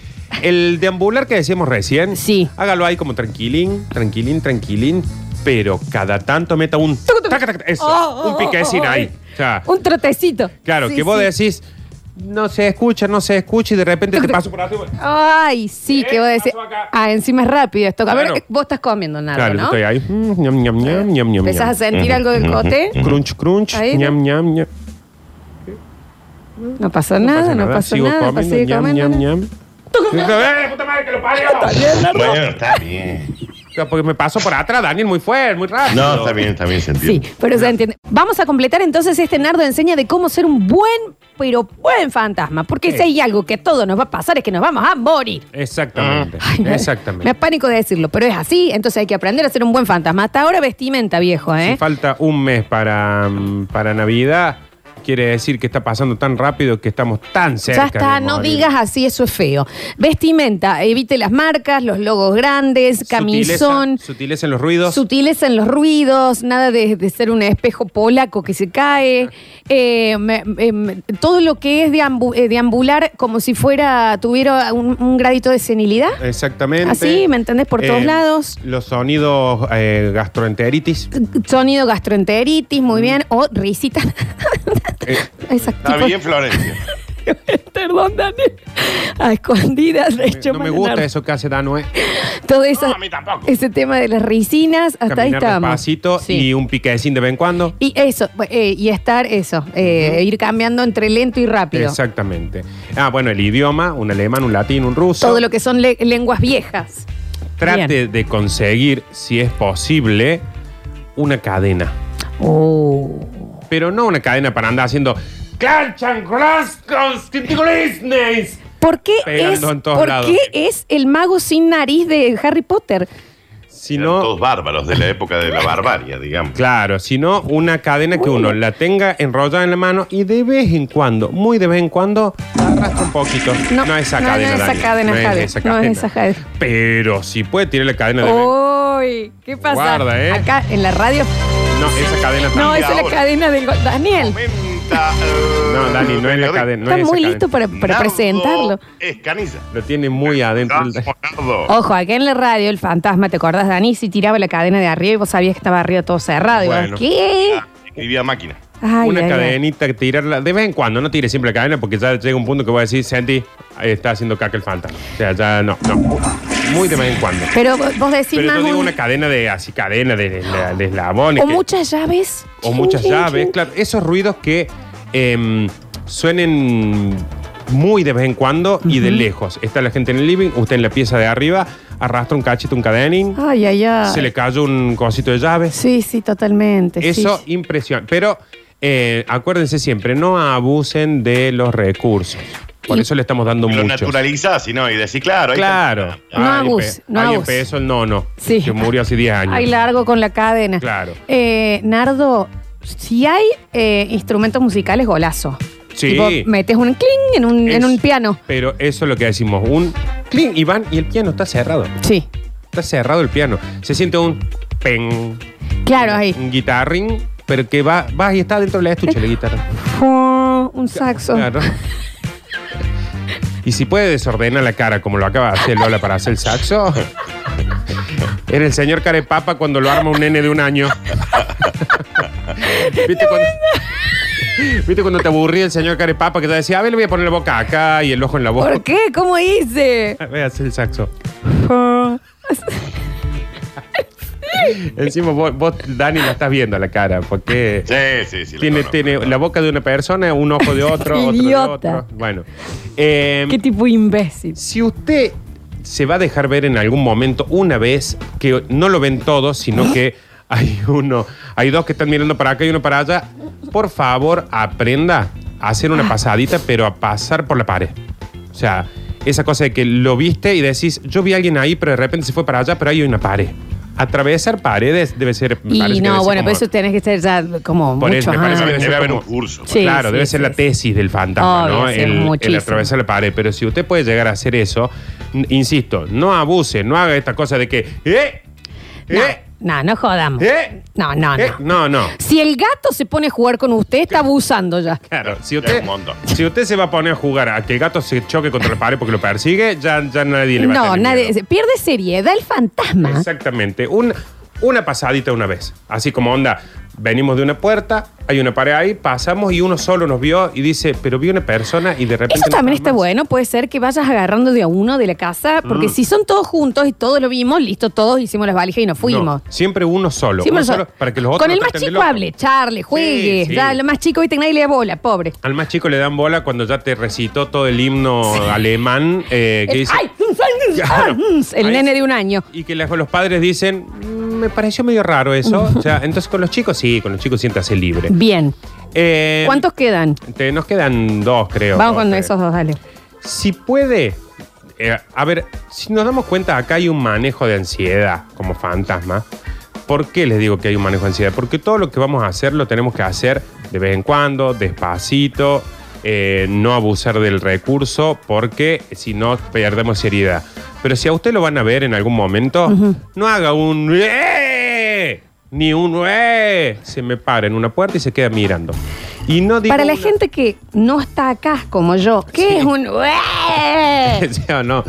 C: el deambular que decíamos recién,
B: Sí.
C: hágalo ahí como tranquilín, tranquilín, tranquilín, pero cada tanto meta un... taca, taca, eso,
B: Oh, oh,
C: un piquecín
B: oh, oh,
C: ahí. O sea,
B: Un trotecito.
C: Claro,
B: Sí,
C: que vos
B: sí.
C: decís, no se escucha, no se escucha, y de repente te paso por arriba.
B: Ay, sí,
C: Eh,
B: que vos decís.
C: pasó acá.
B: Ah, encima es rápido esto. A
C: Claro.
B: ver, vos estás comiendo, Nardo,
C: Claro, yo
B: ¿no?
C: estoy ahí. Mm, ñam, ñam, ñam, ñam, ñam,
B: Empezás a
C: ñam.
B: sentir algo del cote.
C: Crunch, crunch,
B: Ahí,
C: ñam, ñam, ñam.
B: No pasó nada, no pasó
C: Sigo
B: nada.
C: comiendo,
B: pasé
C: ñam,
B: comiendo.
C: ñam, ñam. ¡Eh, puta madre, que lo parió!
D: Bueno, está bien.
C: Ya, Porque me paso por atrás, Daniel, muy fuerte, muy rápido.
D: No, está bien, está bien, se
B: Sí,
D: entiende.
B: pero se entiende. Vamos a completar entonces este Nardo enseña de cómo ser un buen, pero buen fantasma. Porque si hay algo que a todos nos va a pasar es que nos vamos a morir.
C: Exactamente,
B: Ah. Me
C: exactamente.
B: da pánico de decirlo, pero es así, entonces hay que aprender a ser un buen fantasma. Hasta ahora vestimenta, viejo,
C: Si
B: ¿eh?
C: falta un mes para, mm, para Navidad, quiere decir que está pasando tan rápido que estamos tan cerca.
B: ya está,
C: de
B: no
C: morir.
B: digas así, eso es feo. Vestimenta, evite las marcas, los logos grandes, camisón,
C: Sutileza, sutileza en los ruidos.
B: Sutileza en los ruidos, nada de, de ser un espejo polaco que se cae. Eh, me- em, todo lo que es deambu- eh, deambular como si fuera, tuviera un, un gradito de senilidad.
C: Exactamente. Eh,
B: Así, ¿me entendés? Por todos lados.
C: Los sonidos eh, gastroenteritis.
B: Sonido gastroenteritis, muy bien. O risita.
C: Mm. Eh,
B: Exacto.
D: Está bien, Florencia.
B: Perdón, Daniel. A escondidas, de hecho,
C: no me
B: Mariana.
C: gusta eso que hace eh, Danue.
B: Todo eso,
D: No, a mí tampoco.
B: ese tema de las risinas, hasta ahí
C: Caminar
B: estábamos.
C: despacito
B: Sí.
C: y un piquecín de vez en cuando.
B: Y eso, eh, y estar eso, eh, ir cambiando entre lento y rápido.
C: Exactamente. Ah, bueno, el idioma, un alemán, un latín, un ruso.
B: Todo lo que son le- lenguas viejas.
C: Trate de conseguir, si es posible, una cadena. Pero no una cadena para andar haciendo... Clanchan, glasgos, quintigolisnes.
B: ¿Por qué, es,
C: Pegando en todos
B: por
C: lados.
B: qué es el mago sin nariz de Harry Potter?
C: Si
D: Eran
C: no,
D: todos bárbaros de la época de la barbarie, digamos.
C: Claro, sino una cadena que uno la tenga enrollada en la mano y de vez en cuando, muy de vez en cuando, arrastra un poquito. No, es esa
B: no,
C: cadena.
B: No es
C: Dani,
B: esa cadena,
C: no es
B: Javi,
C: esa
B: No
C: cadena.
B: es esa cadena. Oh.
C: Pero si puede tirar la cadena de vez-
B: Uy, ¿qué pasa?
C: Guarda, ¿eh?
B: Acá en la radio.
C: No, esa cadena
B: No,
C: también.
B: esa es la
D: ahora.
B: cadena del. go- Daniel,
D: eh,
C: No, Dani, no es la cadena. No
B: está
C: es esa
B: muy
C: cadena.
B: listo para, para presentarlo. Oh.
D: Es canilla.
C: Lo tiene muy adentro.
D: Nardo.
B: Ojo, acá en la radio, el fantasma, ¿te acordás, Dani? Si tiraba la cadena de arriba y vos sabías que estaba arriba todo cerrado. Y vos,
C: Bueno.
B: ¿Qué?
D: Escribía máquina.
B: Ay,
C: una
B: ay, ay.
C: cadenita que tirarla de vez en cuando, no tire siempre la cadena porque ya llega un punto que voy a decir, Sandy, está haciendo caca el fantasma. O sea, ya no, no. Muy de vez en cuando.
B: Pero vos vos decís
C: Pero
B: más.
C: yo digo
B: un-
C: una cadena de así, cadena de, de- de eslabones.
B: o
C: que-
B: muchas llaves.
C: o muchas
B: Chin, chin,
C: llaves,
B: chin.
C: claro, esos ruidos que em, suenen muy de vez en cuando y de lejos. Está la gente en el living, usted en la pieza de arriba, arrastra un cachete, un cadenín,
B: Ay, ay, ay.
C: se le cayó un cosito de llaves.
B: Sí, sí, totalmente.
C: Eso
B: sí.
C: impresiona. Pero eh, acuérdense siempre, no abusen de los recursos. Por
B: Y-
C: eso le estamos dando
D: Lo
C: mucho.
D: naturalizás, y no, y decís, claro. ahí
C: Claro.
D: está.
B: No
C: Ahí empe-
B: abuse, no
C: ahí
B: abuse.
C: empezó el nono,
B: Sí.
C: que murió hace 10 años.
B: Ahí largo con la cadena.
C: Claro.
B: Eh, Nardo, si hay eh, instrumentos musicales, golazo.
C: Sí.
B: Tipo, metes un cling en un, en
C: Eso.
B: un piano.
C: Pero eso es lo que decimos, un clean y van y el piano está cerrado.
B: Sí.
C: Está cerrado el piano. Se siente un pen,
B: Claro, ahí.
C: un guitarrín, pero que va, va y está dentro de la estuche la guitarra.
B: Fu- Un saxo.
C: Claro. Y si puede desordenar la cara como lo acaba de hacer Lola para hacer el saxo. Era el señor Carepapa cuando lo arma un nene de un año. ¿Viste, cuando, ¿Viste cuando te aburría el señor Carepapa que te decía, a ver, le voy a poner la boca acá y el ojo en la boca?
B: ¿Por qué? ¿Cómo hice?
C: Voy a hacer el saxo.
B: Fu-
C: Encima vos, vos, Dani, la estás viendo a la cara, porque
D: Sí, sí, sí. lo
C: tiene,
D: conozco.
C: tiene la boca de una persona, un ojo de otro, otro de
B: Idiota.
C: otro. Bueno, eh,
B: ¿Qué tipo de imbécil?
C: si usted se va a dejar ver en algún momento una vez, que no lo ven todos,
B: ¿Ah?
C: sino que hay uno, hay dos que están mirando para acá y uno para allá, por favor, aprenda a hacer
B: Ah.
C: una pasadita, pero a pasar por la pared. O sea, esa cosa de que lo viste y decís, yo vi a alguien ahí, pero de repente se fue para allá, pero ahí hay una pared. Atravesar paredes debe ser. me parece
B: Y
C: que debe
B: no,
C: ser
B: bueno,
C: como-
B: pero eso tenés que ser ya como
C: Por eso
B: mucho.
C: me parece
B: ah.
C: que
D: Debe haber un
C: como-
D: curso. pues.
B: Sí,
C: claro, debe ser la
B: sí.
C: tesis del fantasma,
B: Obvio,
C: ¿no?
B: sí,
C: El, el
B: muchísimo.
C: atravesar la pared. Pero si usted puede llegar a hacer eso, n- insisto, no abuse, no haga esta cosa de que. ¡Eh!
B: No,
C: ¡Eh!
B: no, no jodamos.
C: ¿Eh?
B: No, no,
C: eh".
B: no.
C: No, no.
B: Si el gato se pone a jugar con usted, está abusando ya.
C: Claro, si usted,
D: un montón.
C: si usted se va a poner a jugar a que el gato se choque contra la pared porque lo persigue, ya, ya nadie le va a
B: No,
C: tener
B: nadie.
C: miedo.
B: se- Pierde seriedad el fantasma.
C: Exactamente. Un- una pasadita una vez. Así como onda, venimos de una puerta, hay una pared ahí, pasamos y uno solo nos vio y dice, pero vi una persona y de repente.
B: Eso
C: no
B: también
C: está
B: está
C: más". Mm.
B: bueno, puede ser que vayas agarrando de a uno de la casa, porque si son todos juntos y todos lo vimos, listo, todos hicimos las valijas y nos fuimos.
C: No, siempre uno solo.
B: Siempre
C: uno
B: son-
C: solo para que los otros
B: Con
C: no
B: el más
C: traten de
B: chico
C: loco.
B: hable, charle, juegue,
C: Sí, sí.
B: da, el más chico, viste que nadie le da bola, pobre.
C: Al más chico le dan bola cuando ya te recitó todo el himno alemán eh, que
B: El-
C: dice.
B: ¡Ay!
C: Claro.
B: El
C: Ahí
B: nene
C: sí.
B: de un año.
C: Y que la- los padres dicen, "Mm, me pareció medio raro eso. o sea, entonces con los chicos sí, con los chicos siéntase libre.
B: Bien.
C: Eh,
B: ¿Cuántos quedan?
C: te- nos quedan dos, creo.
B: Vamos
C: dos,
B: con
C: tres.
B: esos dos, dale.
C: Si puede. eh, a ver, si nos damos cuenta, acá hay un manejo de ansiedad como fantasma. ¿Por qué les digo que hay un manejo de ansiedad? Porque todo lo que vamos a hacer lo tenemos que hacer de vez en cuando, despacito, eh, no abusar del recurso, porque si no perdemos seriedad. Pero si a usted lo van a ver en algún momento, no haga un "Eh", ni un "Eh", se me para en una puerta y se queda mirando. Y no digo
B: Para la
C: una-
B: gente que no está acá como yo, ¿qué es un...
C: Sí o no,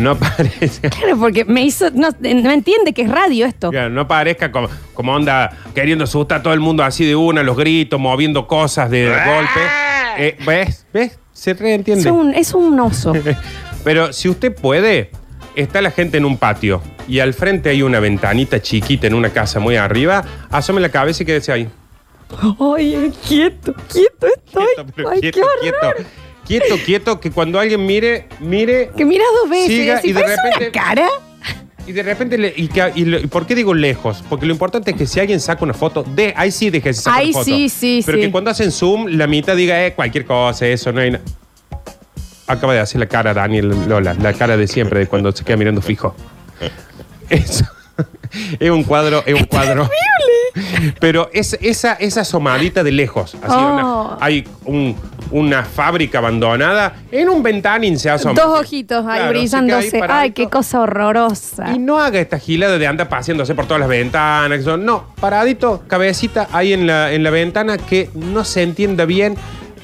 C: no parece.
B: Claro, porque me hizo... No, no entiende que es radio esto.
C: Claro, no parezca como, como onda queriendo asustar a todo el mundo así de una, los gritos, moviendo cosas de golpe. Eh, ¿Ves? ¿Ves? Se
B: Es
C: reentiende.
B: un, es un oso.
C: Pero si usted puede, está la gente en un patio y al frente hay una ventanita chiquita en una casa muy arriba, asome la cabeza y quédese ahí.
B: Ay, eh, quieto, quieto estoy.
C: Quieto, pero
B: Ay, qué
C: quieto,
B: horror.
C: quieto. Quieto, quieto, que cuando alguien mire, mire
B: Que miras dos veces
C: Siga,
B: y,
C: y de
B: parece una
C: repente-
B: cara.
C: Y de repente, le- y, que- y lo- y por qué digo lejos? Porque lo importante es que si alguien saca una foto, de, ahí sí deje esa
B: Ahí
C: foto.
B: sí, sí,
C: Pero
B: sí.
C: que cuando hacen zoom, la mitad diga, eh, cualquier cosa, eso, no hay na-". Acaba de hacer la cara Daniel Lola, la cara de siempre, de cuando se queda mirando fijo. Eso. es un cuadro, es un cuadro. Pero es esa, esa asomadita de lejos. Así
B: Oh.
C: una- hay un- una fábrica abandonada. En un ventanín se asoma.
B: Dos ojitos ahí
C: Claro, se queda ahí
B: brillándose. Ay,
C: paradito.
B: qué cosa horrorosa.
C: Y no haga esta gilada de anda paseándose por todas las ventanas. que son- No, paradito, cabecita ahí en la, en la ventana que no se entienda bien.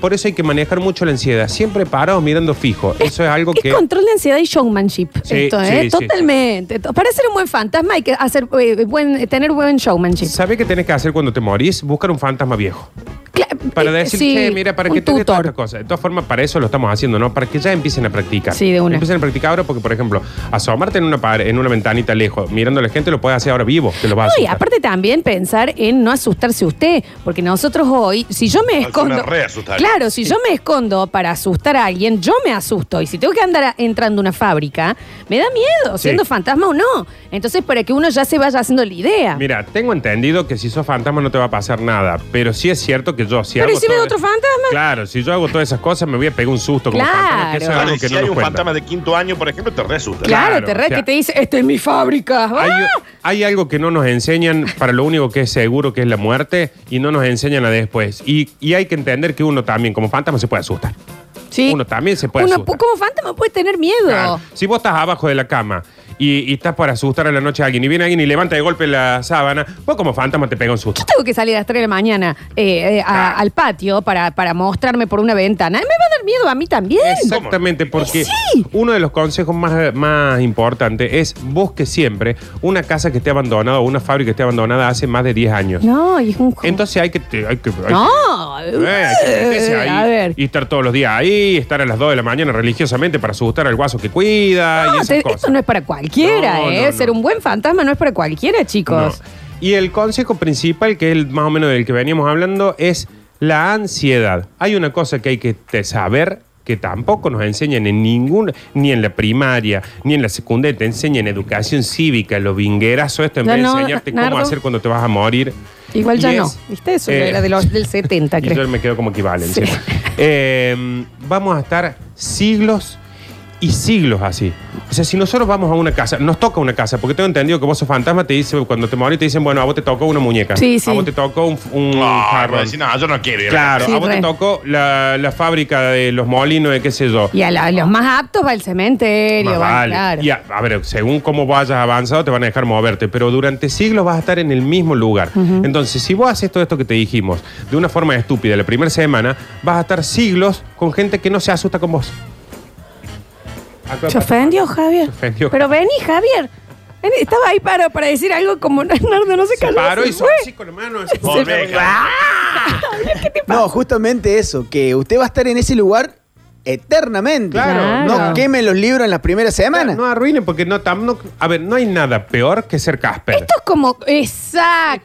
C: Por eso hay que manejar mucho la ansiedad. Siempre parados mirando fijo. Eso es algo
B: Eh, Es
C: que.
B: control de ansiedad y showmanship.
C: Sí,
B: esto,
C: sí,
B: ¿eh?
C: sí.
B: Totalmente. To- Para ser un buen fantasma hay que hacer eh, buen, tener buen showmanship.
C: ¿Sabe qué tenés que hacer cuando te morís? Buscar un fantasma viejo.
B: Cla-
C: Para
B: eh,
C: decir,
B: sí,
C: che, mira, para
B: un
C: que toque todas
B: tutor.
C: estas cosas. De todas formas, para eso lo estamos haciendo, ¿no? Para que ya empiecen a practicar.
B: Sí, de una.
C: Empiecen a practicar ahora porque, por ejemplo, asomarte en una, pared- en una ventanita lejos, mirando a la gente, lo puedes hacer ahora vivo, que lo vas a
B: No, y
C: asustar.
B: aparte también pensar en no asustarse usted, porque nosotros hoy, si yo me
D: Alguna
B: escondo,
D: re asustaría.
B: claro, si yo me escondo para asustar a alguien, yo me asusto y si tengo que andar a- entrando a una fábrica, me da miedo,
C: Sí.
B: siendo fantasma o no. Entonces, para que uno ya se vaya haciendo la idea.
C: Mira, tengo entendido que si sos fantasma no te va a pasar nada, pero sí es cierto que yo si
B: Pero
C: hago
B: ¿y si
C: todo
B: veo
C: esto-
B: otro fantasma?
C: Claro, si yo hago todas esas cosas me voy a pegar un susto como
B: Claro.
C: fantasma, que eso es
D: Claro,
C: algo
D: y
C: que
D: si
C: no
D: hay
C: nos
D: un
C: cuentan.
D: fantasma de quinto año, por ejemplo, te resulta.
B: Claro, te re
C: o sea,
B: que te dice, esta es mi fábrica.
C: Hay,
B: ¡Ah!
C: hay algo que no nos enseñan para lo único que es seguro, que es la muerte, y no nos enseñan a después. Y, y hay que entender que uno también, como fantasma, se puede asustar.
B: Sí.
C: Uno también se puede
B: Uno
C: asustar.
B: pu- como fantasma puede tener miedo.
C: Claro. Si vos estás abajo de la cama y, y estás para asustar a la noche a alguien, y viene alguien y levanta de golpe la sábana, vos como fantasma te pega un susto.
B: Yo tengo que salir a las 3 de la mañana eh, eh, a-
C: Claro.
B: al patio para, para mostrarme por una ventana. Me va a dar miedo a mí también.
C: Exactamente, porque
B: Sí.
C: uno de los consejos más, más importantes es busque siempre una casa que esté abandonada o una fábrica que esté abandonada hace más de 10 años.
B: No, y es un juego.
C: Entonces hay que... te- Hay que hay que-
B: no. uh,
C: Eh, hay que meterse
B: Eh,
C: ahí
B: a ver.
C: Y estar todos los días ahí, estar a las 2 de la mañana religiosamente para asustar al guaso que cuida y
B: No,
C: esas
B: te-
C: cosas.
B: esto no es para cualquiera,
C: No,
B: ¿eh?
C: no, no.
B: Ser un buen fantasma no es para cualquiera, chicos.
C: No. Y el consejo principal, que es el- más o menos del que veníamos hablando, es la ansiedad. Hay una cosa que hay que te- saber que tampoco nos enseñan en ningún, ni en la primaria, ni en la secundaria, te enseñan educación cívica, lo vinguerazo esto, en
B: Ya
C: vez de
B: no,
C: enseñarte
B: Nardo.
C: cómo hacer cuando te vas a morir.
B: Igual ya
C: Y
B: no.
C: es,
B: ¿Viste? Eso
C: eh,
B: era de los, del 70,
C: y yo
B: creo.
C: me quedo como equivalencia.
B: Sí.
C: Eh, vamos a estar siglos y siglos así. O sea, si nosotros vamos a una casa, nos toca una casa, porque tengo entendido que vos sos fantasma, te dice, cuando te morís, te dicen, bueno, a vos te tocó una muñeca.
B: Sí, sí.
C: A vos te tocó un, un
D: No,
C: jarrón.
D: voy a decir, Ah, pues, no, yo no quiero. ir a la
C: Claro,
B: Sí,
C: a vos
B: re.
C: te tocó la, la fábrica de los molinos, de qué sé yo.
B: Y a la- los más aptos va el cementerio.
C: Más
B: va-
C: vale.
B: claro.
C: Y a, a ver, según cómo vayas avanzado, te van a dejar moverte, pero durante siglos vas a estar en el mismo lugar. Entonces, si vos haces todo esto que te dijimos de una forma estúpida la primera semana, vas a estar siglos con gente que no se asusta con vos. Acá-
B: ¿Se ofendió, Javier?
C: Se ofendió.
B: Pero vení, Javier. Vení, Estaba ahí para, para decir algo como Nardo no se
C: Se
B: calló.
C: paró
B: se
C: y hizo
B: fue.
C: así con la mano. así como-
D: Vos me dejas.
G: No, justamente eso, que usted va a estar en ese lugar eternamente.
C: Claro.
G: No queme los libros en las primeras semanas.
C: No arruinen porque no, tam- no- A ver, no hay nada peor que ser Casper.
B: Esto es como. Exacto.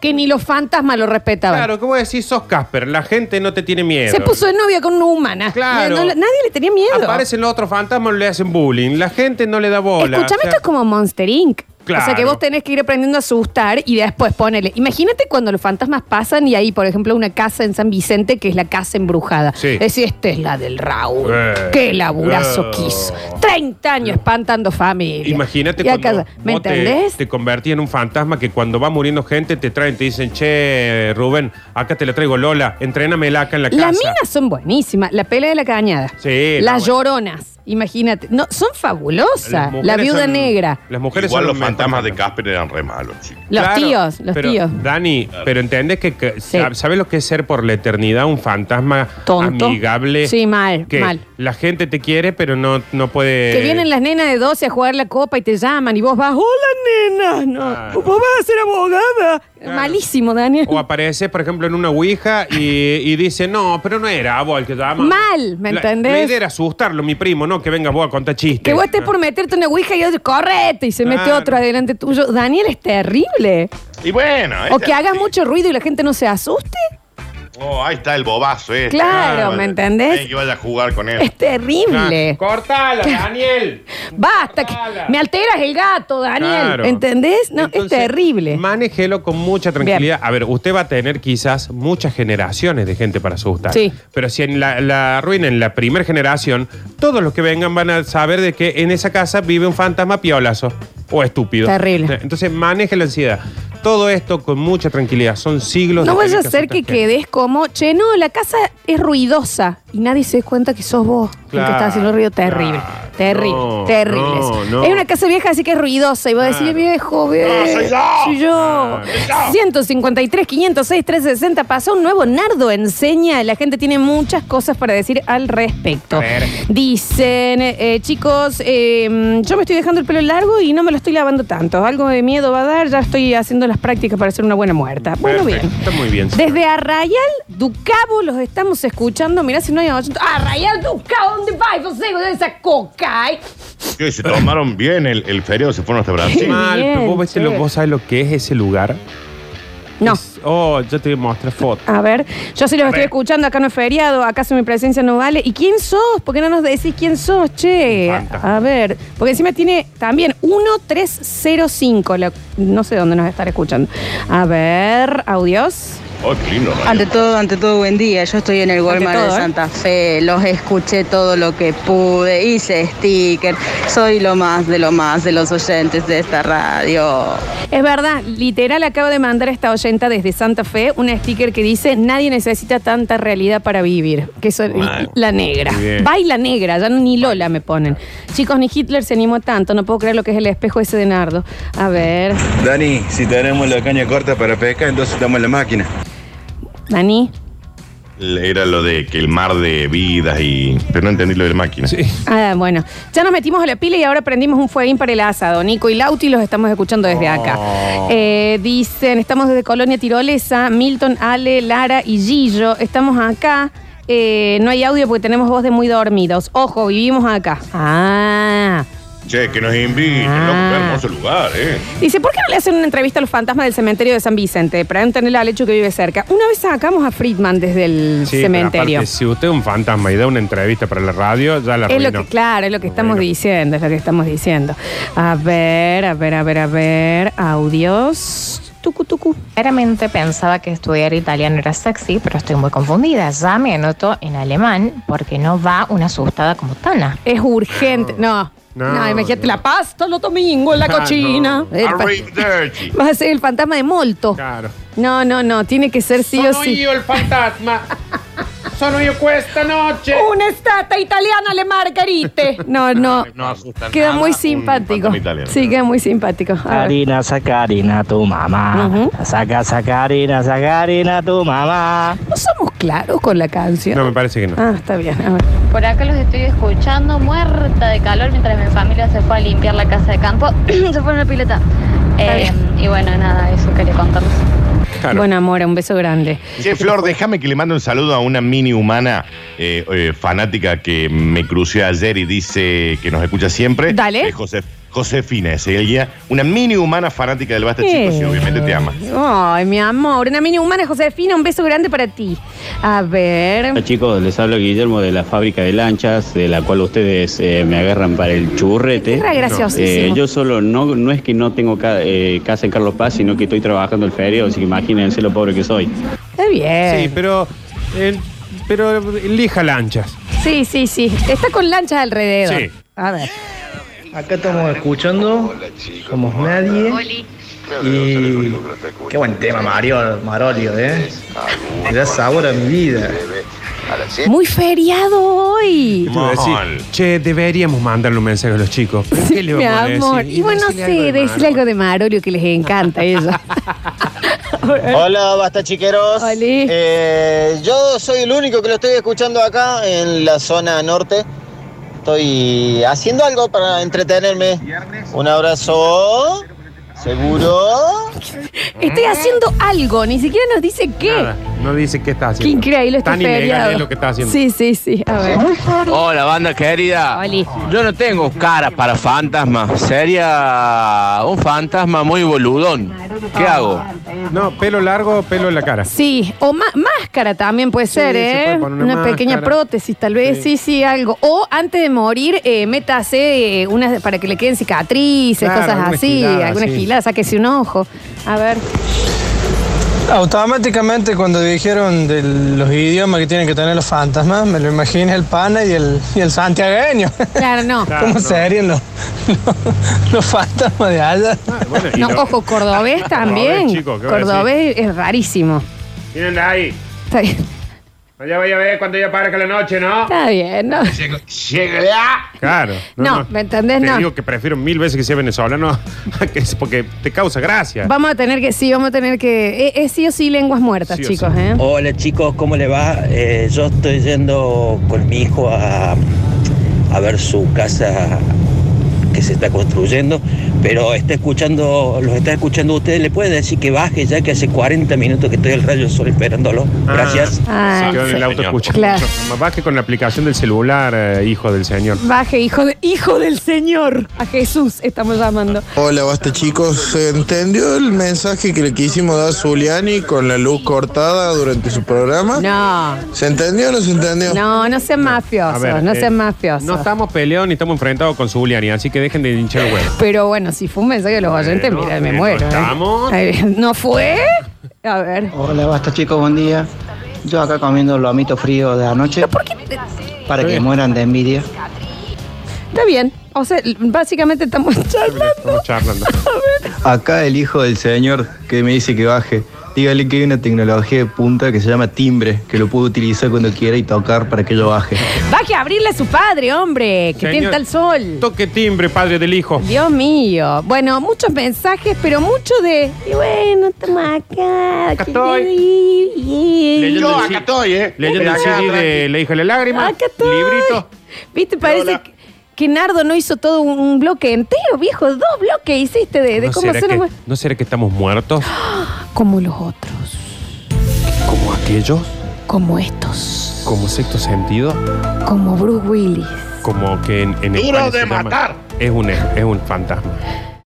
B: Que ni los fantasmas lo respetaban.
C: Claro, ¿cómo decís? Sos Casper. La gente no te tiene miedo.
B: se puso de novia con una humana.
C: Claro.
B: No, no, nadie le tenía miedo.
C: Aparecen los otros fantasmas, le hacen bullying. La gente no le da bola.
B: Escuchame,
C: O sea,
B: esto es como Monster Inc. O sea
C: Claro.
B: que vos tenés que ir aprendiendo a asustar y después ponele. Imagínate cuando los fantasmas pasan y hay, por ejemplo, una casa en San Vicente que es la casa embrujada.
C: Sí.
B: Es decir, esta es la del Raúl.
C: Eh.
B: Qué laburazo
C: Oh.
B: quiso. 30 años espantando familia.
C: Imagínate
B: Y acá-
C: cuando
B: ¿Me
C: vos te-
B: entendés?
C: Te, convertís en un fantasma que cuando va muriendo gente te traen, te dicen, che, Rubén, acá te la traigo Lola, entrénamela acá en la casa.
B: Las minas son buenísimas. La pelea de la cañada.
C: Sí,
B: Las
C: no, bueno.
B: lloronas. Imagínate. No, son
C: Las
B: fabulosas.
C: mujeres
B: La viuda
C: son-
B: negra.
C: Las mujeres
D: Igual
C: son
D: los
C: mejores
D: fantasmas de Casper eran re malos, chicos.
B: Los
C: Claro,
B: tíos, los
C: pero,
B: tíos.
C: Dani, pero entendés que, que
B: Sí.
C: sab- ¿sabes lo que es ser por la eternidad un fantasma
B: Tonto.
C: amigable?
B: Sí, mal,
C: que
B: mal.
C: La gente te quiere, pero no, no puede.
B: Que vienen las nenas de 12 a jugar la copa y te llaman y vos vas, hola nena, no,
C: Claro.
B: vos vas a ser abogada.
C: Claro.
B: Malísimo, Daniel.
C: O aparece, por ejemplo, en una ouija y, y dice, no, pero no era vos el que llama.
B: Mal, ¿me
C: La-
B: entendés?
C: La idea era asustarlo, mi primo, no que venga vos a contar chistes. Ah,
B: Que vos estés por meterte una ouija y otro, correte, y se mete
C: Claro.
B: otro adelante tuyo. Daniel es terrible.
D: Y bueno.
B: O
D: este-
B: que hagas mucho ruido y la gente no se asuste.
D: Oh, ahí está el bobazo, eh.
B: Claro,
D: Ah,
B: ¿me entendés?
D: Eh, que vaya a jugar con él.
B: Es terrible.
C: Cortala, Daniel.
B: Basta, que
C: Cortala.
B: me alteras el gato, Daniel.
C: Claro.
B: ¿Entendés? No,
C: Entonces,
B: es terrible.
C: Manéjelo con mucha tranquilidad. A ver, usted va a tener quizás muchas generaciones de gente para asustar.
B: Sí.
C: Pero si en la, la ruina, en la primera generación, todos los que vengan van a saber de que en esa casa vive un fantasma piolazo o estúpido. Eh,
B: Terrible.
C: Entonces, maneje la ansiedad. Todo esto con mucha tranquilidad. Son siglos
B: No
C: de
B: vaya a
C: tener
B: ser que
C: asustar gente.
B: quedes como, che, no, la casa es ruidosa y nadie se dé cuenta que sos vos el que
C: Claro,
B: está haciendo ruido terrible.
C: claro,
B: terrible,
C: no,
B: terrible.
C: no,
B: eso.
C: no.
B: Es una casa vieja, así que es ruidosa. Y vos decís,
C: Claro.
B: viejo, viejo.
D: No, soy yo.
B: Soy yo.
C: Ah,
B: 153, 506, 360. Pasó un nuevo Nardo enseña. La gente tiene muchas cosas para decir al respecto.
C: A ver.
B: Dicen, eh, chicos, eh, yo me estoy dejando el pelo largo y no me lo estoy lavando tanto. Algo de miedo va a dar. Ya estoy haciendo las prácticas para ser una buena muerta. Bueno,
C: Perfecto,
B: bien.
C: Está muy bien. señor.
B: Desde Arrayal Ducabo los estamos escuchando. Mirá si no hay oyentes. Arrayal Ducabo, ¿dónde vais? Vos sé, de esa coca. eh?
D: Y hoy se tomaron bien el, el feriado, se fueron hasta Brasil.
C: Mal,
B: Bien,
C: pero vos, ves
B: che.
C: lo- vos sabes lo que es ese lugar.
B: No.
C: Es- oh, yo te voy a mostrar fotos.
B: A ver, yo sí los estoy escuchando, acá no es feriado, acá si mi presencia no vale. ¿Y quién sos? ¿Por qué no nos decís quién sos, che?
C: Me encanta.
B: A ver, porque encima tiene también 1305, la- no sé dónde nos estar escuchando. A ver, audios.
D: Oh, qué lindo. rayo.
H: Ante todo, ante todo, buen día. Yo estoy en el Walmart
B: todo,
H: de
B: ¿eh?
H: Santa Fe. Los escuché todo lo que pude. Hice sticker. Soy lo más de lo más de los oyentes de esta radio.
B: Es verdad, literal acabo de mandar a esta oyenta desde Santa Fe un sticker que dice nadie necesita tanta realidad para vivir, que es
D: Mal.
B: la negra.
C: Muy bien.
B: Baila negra, ya ni Lola me ponen. Chicos, ni Hitler se animó tanto, no puedo creer lo que es el espejo ese de Nardo. A ver,
I: Dani, si tenemos la caña corta para pescar, entonces damos la máquina.
B: Dani.
D: Era lo de que el mar de vidas y. Pero no entendí lo de la máquina.
C: Sí.
B: Ah, bueno. Ya nos metimos a la pila y ahora prendimos un fueguín para el asado. Nico y Lauti los estamos escuchando desde acá. Eh, dicen, estamos desde Colonia Tirolesa, Milton, Ale, Lara y Gillo. Estamos acá. Eh, no hay audio porque tenemos voz de muy dormidos. Ojo, vivimos acá. Ah.
D: Che, que nos inviten,
B: Ah.
D: loco, qué hermoso lugar, eh.
B: Dice, ¿por qué no le hacen una entrevista a los fantasmas del cementerio de San Vicente? Pregúntenle al hecho que vive cerca. Una vez sacamos a Friedman desde el
C: Sí, pero
B: cementerio.
C: aparte, si usted es un fantasma y da una entrevista para la radio, ya la
B: Es lo
C: arruinó.
B: que, claro, es lo que estamos
C: Bueno.
B: diciendo, es lo que estamos diciendo. A ver, a ver, a ver, a ver. Audios. Tucu, tucu.
J: Claramente pensaba que estudiar italiano era sexy, pero estoy muy confundida. Ya me anoto en alemán porque no va una asustada como Tana.
B: Es urgente. No. No,
C: No,
B: imagínate,
C: no.
B: la pasta los domingos en la
C: Ah, no.
B: cochina. El fa-
D: Arrivederci.
B: Va a ser el fantasma de Molto.
C: Claro.
B: No, no, no, tiene que ser sí o sí.
C: el fantasma. Sono io questa noche.
B: Una estata italiana le margarite. No, no.
D: No asustan
B: Queda
D: nada,
B: muy
D: un
B: simpático.
D: fantasma italiano.
B: Sí, queda muy simpático. A ver.
K: Karina, sacarina tu mamá.
B: Ujú.
K: Saca, sacarina, sacarina tu mamá.
B: No somos claros con la canción.
C: No, me parece que no.
B: Ah, está bien. A ver.
J: Por acá los estoy escuchando, muerta de calor, mientras mi familia se fue a limpiar la casa de campo. se fue a una pileta.
B: Eh,
J: y bueno, nada, eso quería contarles.
C: Claro.
B: Bueno, amor, un beso grande.
D: Che, Flor, déjame que le mande un saludo a una mini humana eh, eh, fanática que me crucé ayer y dice que nos escucha siempre.
B: Dale.
D: Eh, Josef- Josefina, es ella. Una mini humana fanática del Basta Chicos y
B: Eh.
D: Este obviamente te ama.
B: Ay, mi amor, una mini humana, Josefina, un beso grande para ti. A ver.
K: Hola chicos, les habla Guillermo de la fábrica de lanchas, de la cual ustedes eh, me agarran para el churrete.
B: Era graciosísimo.
K: Eh, yo solo, no, no es que no tengo ca- eh, casa en Carlos Paz, sino que estoy trabajando el feriado, así que imagínense lo pobre que soy.
B: Está
C: Sí,
B: bien.
C: pero. eh, pero elija lanchas.
B: Sí, sí, sí. Está con lanchas alrededor.
C: Sí.
B: A ver.
E: Acá estamos escuchando como nadie. Y qué buen tema, Mario, Marolio, ¿eh? Le da sabor a mi vida.
B: Muy feriado
C: Y
B: hoy.
C: tú decís,
D: Mal.
C: che, deberíamos mandarle un mensaje a los chicos. ¿Pero ¿Qué le
B: mi
C: vamos a decir?
B: amor. Y bueno,
C: decirle algo
B: sí,
C: de
B: decirle
C: malo.
B: algo de Marolio que les encanta a ellos.
K: Hola, basta chiqueros.
B: Oli.
K: Eh, yo soy el único que lo estoy escuchando acá en la zona norte. Estoy haciendo algo para entretenerme. Un abrazo. Seguro.
B: Estoy haciendo algo, ni siquiera nos dice qué.
C: Nada, no dice qué está
B: Qué
C: haciendo.
B: increíble este
C: Tan ilegal
B: feriado.
C: es lo que está haciendo.
B: Sí, sí, sí. A ver.
K: Hola, banda querida.
B: Oli.
K: Yo no tengo cara para fantasma. Sería un fantasma muy boludón.
L: ¿Qué hago?
C: No, pelo largo, pelo en la cara.
B: Sí, o ma- máscara también puede ser,
C: se
B: ¿eh?
C: puede poner
B: una
C: una
B: pequeña
C: máscara.
B: prótesis, tal vez, sí. sí, algo. O antes de morir, eh, métase eh, unas para que le queden cicatrices,
M: Claro,
B: cosas
M: alguna
B: así,
M: gilada,
B: alguna
M: sí.
B: gilada, sáquese un ojo. A ver,
M: Automáticamente cuando dijeron de los idiomas que tienen que tener los fantasmas, me lo imaginé el pana y el, y el santiagueño.
B: claro, no.
M: ¿Cómo serían los, los, los fantasmas de allá?
C: Ah,
B: No, oh. ojo, cordobés también.
M: Cordobés, chico, ¿qué va a decir?
B: cordobés es rarísimo.
C: Miren de ahí.
B: Está bien,
C: Allá vaya a ver cuando ya parezca la noche, ¿no?
B: está bien, ¿no?
C: Llega. Claro.
B: No, ¿me entendés?
C: Te
B: Eh, No.
C: digo que prefiero mil veces que sea venezolano que es porque te causa gracia.
B: Vamos a tener que, sí, vamos a tener que. Es sí o sí lenguas muertas,
K: Sí Oh, o
B: chicos, ¿eh?
K: Hola chicos, ¿cómo le va? Eh, yo estoy yendo con mi hijo a, a ver su casa que se está construyendo, pero está escuchando, los está escuchando ustedes, le puede decir que baje ya que hace 40 minutos que estoy al rayo del sol esperándolo. Gracias.
B: Ah,
C: Se quedó en el auto escuchando.
B: Claro.
C: Más que con la aplicación del celular, eh, hijo del señor.
B: Baje, hijo, de, hijo del Señor. A Jesús estamos llamando.
G: Hola, basta chicos. ¿Se entendió el mensaje que le quisimos dar a Zuliani con la luz cortada durante su programa?
B: No.
G: ¿Se entendió o no se entendió?
B: No, no sean mafiosos, no
C: eh,
B: sean mafiosos.
C: No estamos peleados ni estamos enfrentados con Zuliani, así que dejen de hinchar el huevo.
B: Pero bueno, si fue un mensaje de los oyentes,
C: Bueno,
B: mira, me
C: bueno,
B: muero. ¿eh?
C: estamos.
B: Ay, ¿No fue? A ver.
N: Hola, basta chicos, buen día. Yo acá comiendo lomito frío de anoche para que mueran de envidia.
B: Está bien. O sea, básicamente estamos charlando.
O: Acá el hijo del señor que me dice que baje, dígale que hay una tecnología de punta que se llama timbre, que lo puedo utilizar cuando quiera y tocar para que yo baje.
B: Baje a abrirle a su padre, hombre, que
C: Señor.
B: tiene tal sol.
C: Toque timbre, padre del hijo.
B: Dios mío. Bueno, muchos mensajes, pero mucho de. Y bueno, estamos acá. Acá
C: Leyendo el CD Leyendo el
B: eh. Acá,
C: CD de La hija de la lágrima.
B: Acá estoy.
C: Librito.
B: Viste, parece que, que Nardo no hizo todo un, un bloque entero, viejo. Dos bloques hiciste Eh, de, de
C: ¿No
B: cómo
C: será,
B: hacer
C: que,
B: un-
C: ¿No será que estamos muertos?
B: Como los otros,
C: ¿Como aquellos?
B: como estos,
C: ¿Como sexto sentido?
B: como Bruce Willis.
C: Como que en, en
B: Duro
C: España
B: de
C: se llama-
B: matar.
C: Es un, es un fantasma.